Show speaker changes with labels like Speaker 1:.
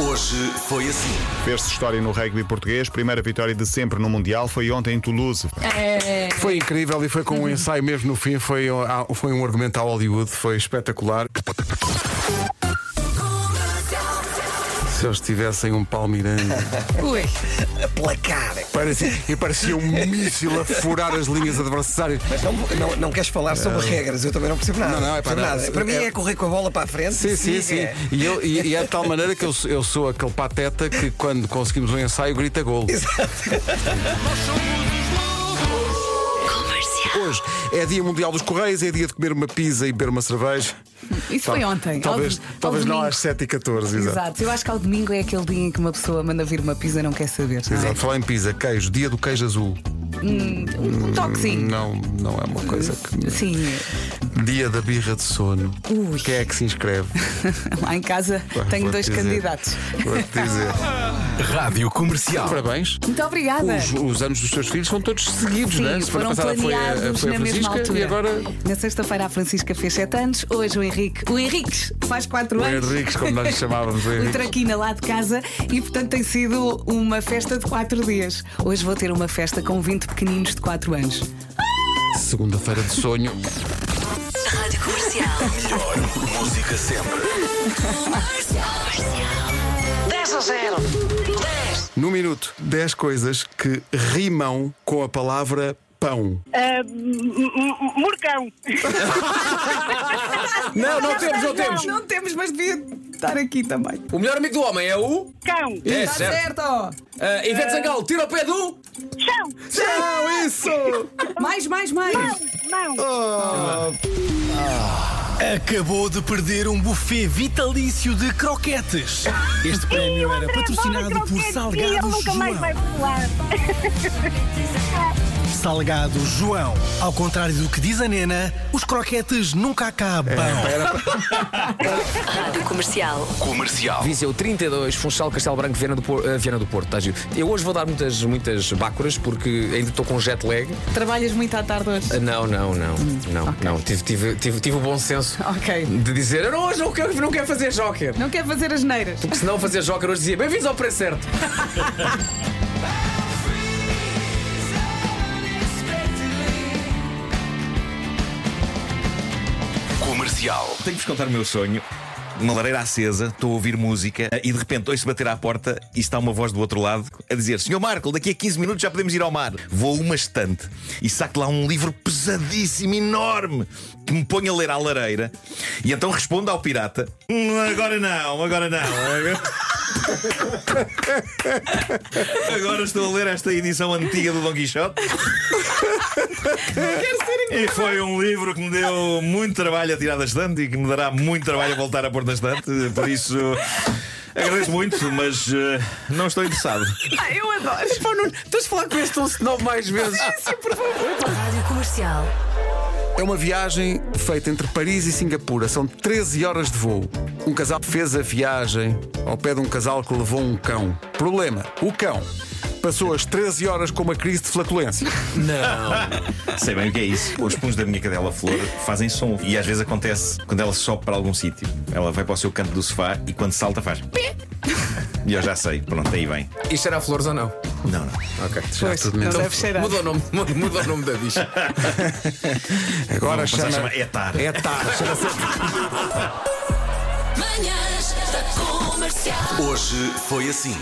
Speaker 1: Hoje foi assim.
Speaker 2: Fez-se história no rugby português. Primeira vitória de sempre no Mundial foi ontem em Toulouse.
Speaker 3: Foi incrível e foi com
Speaker 4: Uhum.
Speaker 3: um ensaio mesmo no fim, foi, ah, foi um argumento à Hollywood, foi espetacular. Se eles tivessem um palmirante.
Speaker 4: Ui,
Speaker 5: Placar.
Speaker 3: Parecia, e parecia um míssil a furar as linhas adversárias.
Speaker 5: Mas não, não, não queres falar sobre regras, eu também não percebo nada.
Speaker 3: É. Não, não, é para
Speaker 5: Percebo
Speaker 3: nada.
Speaker 5: nada. Para mim é correr com a bola para a frente.
Speaker 3: Sim, sim, sim.
Speaker 5: siga.
Speaker 3: E, eu, e, e é de tal maneira que eu, sou- eu sou aquele pateta que quando conseguimos um ensaio grita gol. Hoje é dia mundial dos Correios, é dia de comer uma pizza e beber uma cerveja.
Speaker 4: isso foi ontem.
Speaker 3: Talvez,
Speaker 4: Ao do- ao
Speaker 3: talvez não
Speaker 4: domingo.
Speaker 3: às 7h14, exato.
Speaker 4: Exato, eu acho que ao domingo é aquele dia em que uma pessoa manda vir uma pizza e não quer saber. não é?
Speaker 3: Exato. Falar em pizza, queijo, dia do queijo azul.
Speaker 4: Um toquezinho.
Speaker 3: Não, não é uma coisa que.
Speaker 4: Sim,
Speaker 3: Dia da birra de sono.
Speaker 4: Ui.
Speaker 3: Quem é que se inscreve?
Speaker 4: lá em casa tenho
Speaker 3: Vou-te
Speaker 4: dois
Speaker 3: dizer.
Speaker 4: candidatos.
Speaker 3: Vou-te dizer.
Speaker 1: Rádio Comercial.
Speaker 3: Parabéns.
Speaker 4: Muito obrigada.
Speaker 3: Os, os anos dos teus filhos são todos seguidos,
Speaker 4: é? Sim,
Speaker 3: né? Semana
Speaker 4: foram
Speaker 3: passada foi a,
Speaker 4: planeados
Speaker 3: foi a
Speaker 4: na mesma
Speaker 3: Francisca
Speaker 4: altura.
Speaker 3: e agora
Speaker 4: Na sexta-feira a Francisca fez 7 anos, hoje o Henrique. O Henrique faz 4
Speaker 3: o
Speaker 4: anos.
Speaker 3: Henriques, como nós lhe chamávamos. o
Speaker 4: O
Speaker 3: Henriques.
Speaker 4: Traquina lá de casa e, portanto, tem sido uma festa de 4 dias. Hoje vou ter uma festa com 20 pequeninos de 4 anos.
Speaker 3: Segunda-feira de sonho.
Speaker 6: Rádio Comercial.
Speaker 1: Melhor música sempre.
Speaker 6: 10 a 0. 10.
Speaker 3: No minuto, 10 coisas que rimam com a palavra pão.
Speaker 7: Ah, m- m- Murcão.
Speaker 8: Não, não temos, não temos.
Speaker 4: Não temos, mas devia estar aqui também.
Speaker 8: O melhor amigo do homem é o.
Speaker 7: Cão.
Speaker 8: É,
Speaker 4: Está certo!
Speaker 8: Ah, Ivete Sangalo, tira o pé do.
Speaker 7: Chão.
Speaker 4: É
Speaker 3: Não, isso!
Speaker 4: Mais, mais, mais!
Speaker 7: Mão.
Speaker 1: Acabou de perder um buffet vitalício de croquetes. Este prémio era patrocinado por
Speaker 7: E ele
Speaker 1: Salgados
Speaker 7: nunca mais vai
Speaker 1: João.
Speaker 7: pular.
Speaker 1: Salgados João. Ao contrário do que diz a Nena, os croquetes nunca acabam.
Speaker 3: É,
Speaker 6: Rádio Comercial.
Speaker 1: Comercial.
Speaker 8: Viseu 32, Funchal, Castelo Branco, Viana do, Por... ah, Viana do Porto. Tá giro. Eu hoje vou dar muitas, muitas bácoras porque ainda estou com um jet lag.
Speaker 4: Trabalhas muito à tarde hoje.
Speaker 8: Ah, Não, não, não. Não, não. Tive, tive, tive, tive o bom senso
Speaker 4: Hum, Ok.
Speaker 8: de dizer: eu não, hoje não quero, não quero fazer joker.
Speaker 4: Não quer fazer as neiras.
Speaker 8: Porque senão fazer joker hoje dizia: bem-vindos ao preço certo.
Speaker 1: Comercial.
Speaker 9: Tenho que vos contar o meu sonho. Uma lareira acesa, estou a ouvir música e de repente ouço bater à porta e está uma voz do outro lado a dizer: Senhor Marco, daqui a 15 minutos já podemos ir ao mar. Vou a uma estante e saco lá um livro pesadíssimo, enorme, que me ponho a ler à lareira. E então respondo ao pirata: "Hum, Agora não, agora não. agora-" Agora estou a ler esta edição antiga do Don Quixote. E foi um livro que me deu muito trabalho a tirar da estante e que me dará muito trabalho a voltar a pôr na estante. Por isso, agradeço muito, mas eh, não estou interessado.
Speaker 8: eu adoro. Tens de falar com este 11 de 9 mais vezes.
Speaker 6: Rádio Comercial.
Speaker 3: É uma viagem feita entre Paris e Singapura. São 13 horas de voo. Um casal fez a viagem ao pé de um casal que levou um cão. Problema: o cão passou as 13 horas com uma crise de flatulência.
Speaker 9: Sei bem o que é isso. Os punhos da minha cadela flor fazem som. E às vezes acontece quando ela sobe para algum sítio. Ela vai para o seu canto do sofá e quando salta faz. pi. E eu já sei, pronto, aí vem.
Speaker 8: Isto era flores ou não?
Speaker 9: Não, não.
Speaker 8: Ok.
Speaker 4: Pois, não
Speaker 1: Então,
Speaker 4: deve cheirar.
Speaker 8: Mudou o nome, mudou o nome da bicha.
Speaker 3: Agora
Speaker 9: Vou passar a
Speaker 3: chama.
Speaker 9: chamar etar.
Speaker 3: É tarde.
Speaker 6: Manhãs da Comercial.
Speaker 1: Hoje foi assim.